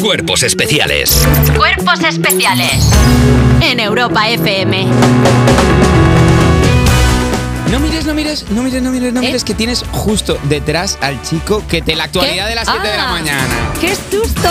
Cuerpos especiales. Cuerpos especiales. En Europa FM. No mires, no mires, no mires, no mires, no ¿Eh? mires, que tines justo detrás al chico que te la actualidad ¿Qué? de las 7 de la Ah, mañana. ¡Qué susto!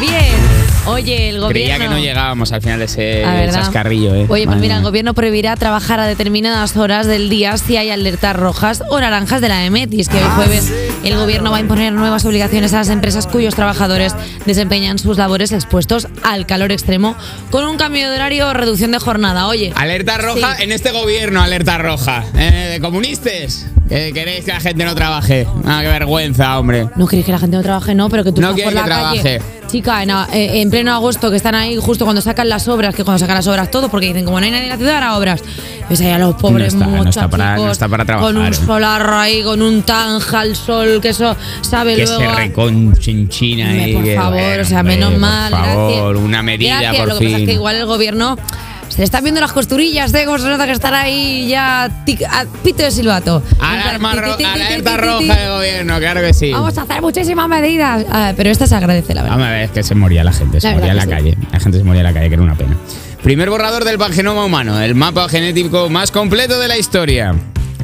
Bien. Oye, el gobierno. Creía que no llegábamos al final de ese La verdad. chascarrillo, ¿eh? Oye, pues Madre mira, el mía. gobierno prohibirá trabajar a determinadas horas del día si hay alertas rojas o naranjas de la EMETIS, que hoy Ah, jueves el gobierno va a imponer nuevas obligaciones a las empresas cuyos trabajadores desempeñan sus labores expuestos al calor extremo con un cambio de horario o reducción de jornada. Oye, Alerta roja Sí. en este gobierno, alerta roja. Eh, comunistas, que queréis que la gente no trabaje. Ah, qué vergüenza, hombre. ¿no quieres que la gente no trabaje? No, pero que tú No estás quiero por la que trabaje. calle. Chica, en, a- eh, en pleno agosto, que están ahí justo cuando sacan las obras, que cuando sacan las obras todo, porque dicen, como no hay nadie en la ciudad, ahora obras. Ves ahí a los pobres No está, no muchachos está para- no está para trabajar. con un solarro ahí, con un tanja al sol, que eso sabe Que luego... se a- reconchinchina Hombre, ahí. por que, favor, bueno, o sea, hombre, menos por mal. favor, gracias. una medida, Gracias, por lo que fin. pasa es que igual el gobierno se le están viendo las costurillas, de Como se nota que estar ahí ya tic- a pito de silbato. Alarma En plan, ro- ti, ti, ti, ti, alerta ti, ti, ti. roja del gobierno, claro que sí. Vamos a hacer muchísimas medidas. Ah, pero esta se agradece, la verdad. Vamos a ver, es que se moría la gente, se La verdad moría en la que calle. La gente se moría en la calle, que era una pena. Primer borrador del genoma humano, el mapa genético más completo de la historia.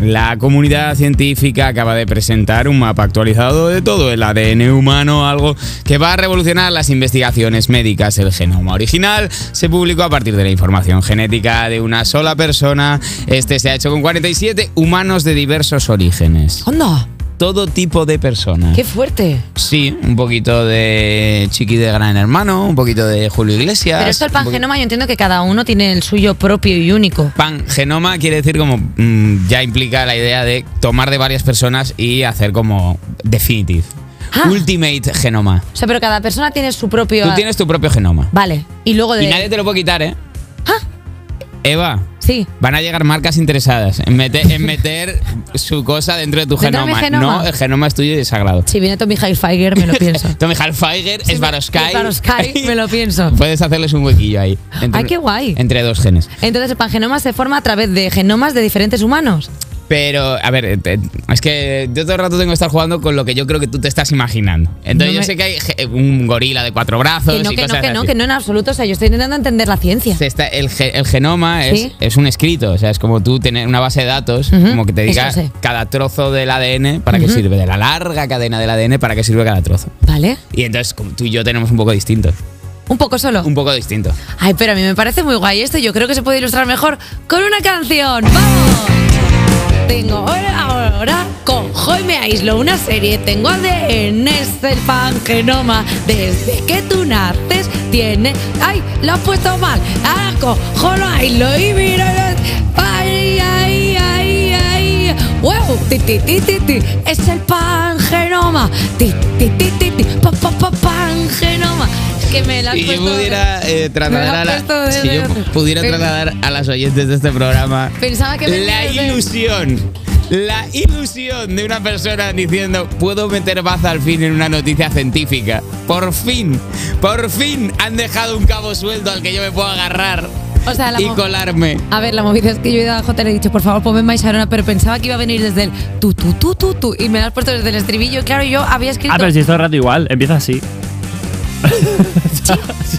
La comunidad científica acaba de presentar un mapa actualizado de todo el ADN humano, algo que va a revolucionar las investigaciones médicas. El genoma original se publicó a partir de la información genética de una sola persona. Este se ha hecho con 47 humanos de diversos orígenes. ¡Onda! Todo tipo de personas. ¡Qué fuerte! Sí, un poquito de Chiqui de Gran Hermano, un poquito de Julio Iglesias. Pero esto el un poquito- pangenoma yo entiendo que cada uno tiene el suyo propio y único. Pangenoma quiere decir como mm, ya implica la idea de tomar de varias personas y hacer como definitive. Ah. Ultimate genoma. O sea, pero cada persona tiene su propio... Tú tienes tu propio genoma. Vale. Y luego de... Y nadie te lo puede quitar, ¿eh? Ah. Eva, Sí. van a llegar marcas interesadas en meter, en meter su cosa dentro de tu ¿Dentro de mi genoma. genoma? No, el genoma es tuyo y es sagrado. Si viene Tommy Hilfiger, me lo pienso. Tommy Hilfiger, es Baroskai. Sky, me lo pienso. Puedes hacerles un huequillo ahí. Ay, qué guay. Entre dos genes. Entonces el pangenoma se forma a través de genomas de diferentes humanos. Pero, a ver, te- es que yo todo el rato tengo que estar jugando con lo que yo creo que tú te estás imaginando. Entonces No yo me- sé que hay ge- eh, un gorila de cuatro brazos Que no, y que no, cosas que no, así. que no en absoluto. O sea, yo estoy intentando entender la ciencia. Se está- el, ge- el genoma Sí. es, es un escrito, o sea, es como tú tener una base de datos, Ujú, como que te diga eso sé. cada trozo del ADN para qué sirve, de la larga cadena del ADN para qué sirve cada trozo. ¿Vale? Y entonces como tú y yo tenemos un poco distintos, Un poco solo. un poco distintos. Ay, pero a mí me parece muy guay esto. Yo creo que se puede ilustrar mejor con una canción. ¡Vamos! Tengo ahora, ahora con Jaime Aislo una serie. Tengo ADN, es el pangenoma. Desde que tú naces tiene. ¡Ay! Lo has puesto mal. Ahora con Jaime Aislo y mira. ¡Ay, ay, ay, ay! ¡Wow! Ti, ti, ti, ti, ti. Es el pangenoma. Ti, ti, ti, ti, ti. Pa, pa, pa, pangenoma. Es que me la has Si yo puesto. pudiera eh, Me lo trasladar has a puesto la, desde si yo hace- pudiera Ven. trasladar a las oyentes de este programa Pensaba que venía la desde- ilusión la ilusión de una persona diciendo puedo meter baza al fin en una noticia científica por fin por fin han dejado un cabo sueldo al que yo me puedo agarrar O sea, la y mo- colarme A ver, la movida es que yo he ido a J y le he dicho, por favor, ponme My Sharona, pero pensaba que iba a venir desde el tu, tu, tu, tu, tu, y me la has puesto desde el estribillo. Claro, yo había escrito. Ah, pero si es todo el rato igual, empieza así.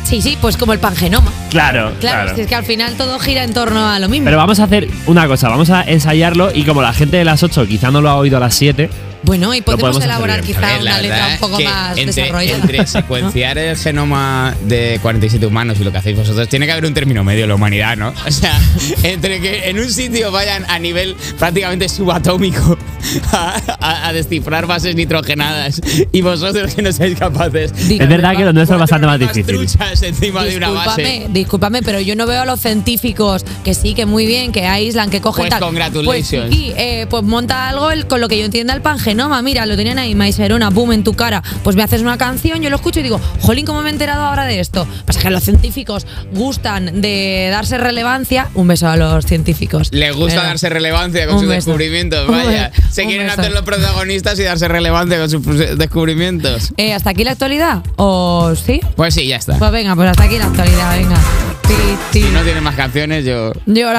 Sí, sí, pues como el pangenoma. Claro, claro. Claro, si es que al final todo gira en torno a lo mismo. Pero vamos a hacer una cosa, vamos a ensayarlo y como la gente de las 8 quizá no lo ha oído a las 7, bueno, y podemos, podemos hacer elaborar bien. quizá A ver, la una letra verdad un poco que más entre, desarrollada. entre secuenciar el genoma de 47 humanos y lo que hacéis vosotros, tiene que haber un término medio en la humanidad, ¿no? O sea, entre que en un sitio vayan a nivel prácticamente subatómico a, a- a descifrar bases nitrogenadas y vosotros que no seáis capaces. Digo, es verdad que lo nuestro es bastante más Cuatro difícil. nuevas truchas encima de una Discúlpame, base. discúlpame, pero yo no veo a los científicos que sí, que muy bien, que aíslan, que cogen Pues tal. congratulations. Pues, sí, eh, pues monta algo el- con lo que yo entienda el pangenoma. Mira, lo tienen ahí, Maiserona, boom, en tu cara. Pues me haces una canción, yo lo escucho y digo, jolín, ¿cómo me he enterado ahora de esto? Pasa que los científicos gustan de darse relevancia. Un beso a los científicos. Les gusta Pero- darse relevancia con Un sus beso. descubrimientos, Un vaya. beso. Se Un quieren beso. hacer los protagonistas y darse relevancia con sus descubrimientos. Eh, ¿Hasta aquí la actualidad? ¿O sí? Pues sí, ya está. Pues venga, pues hasta aquí la actualidad, venga. Ti, ti. Si no tienen más canciones, yo... Yo ahora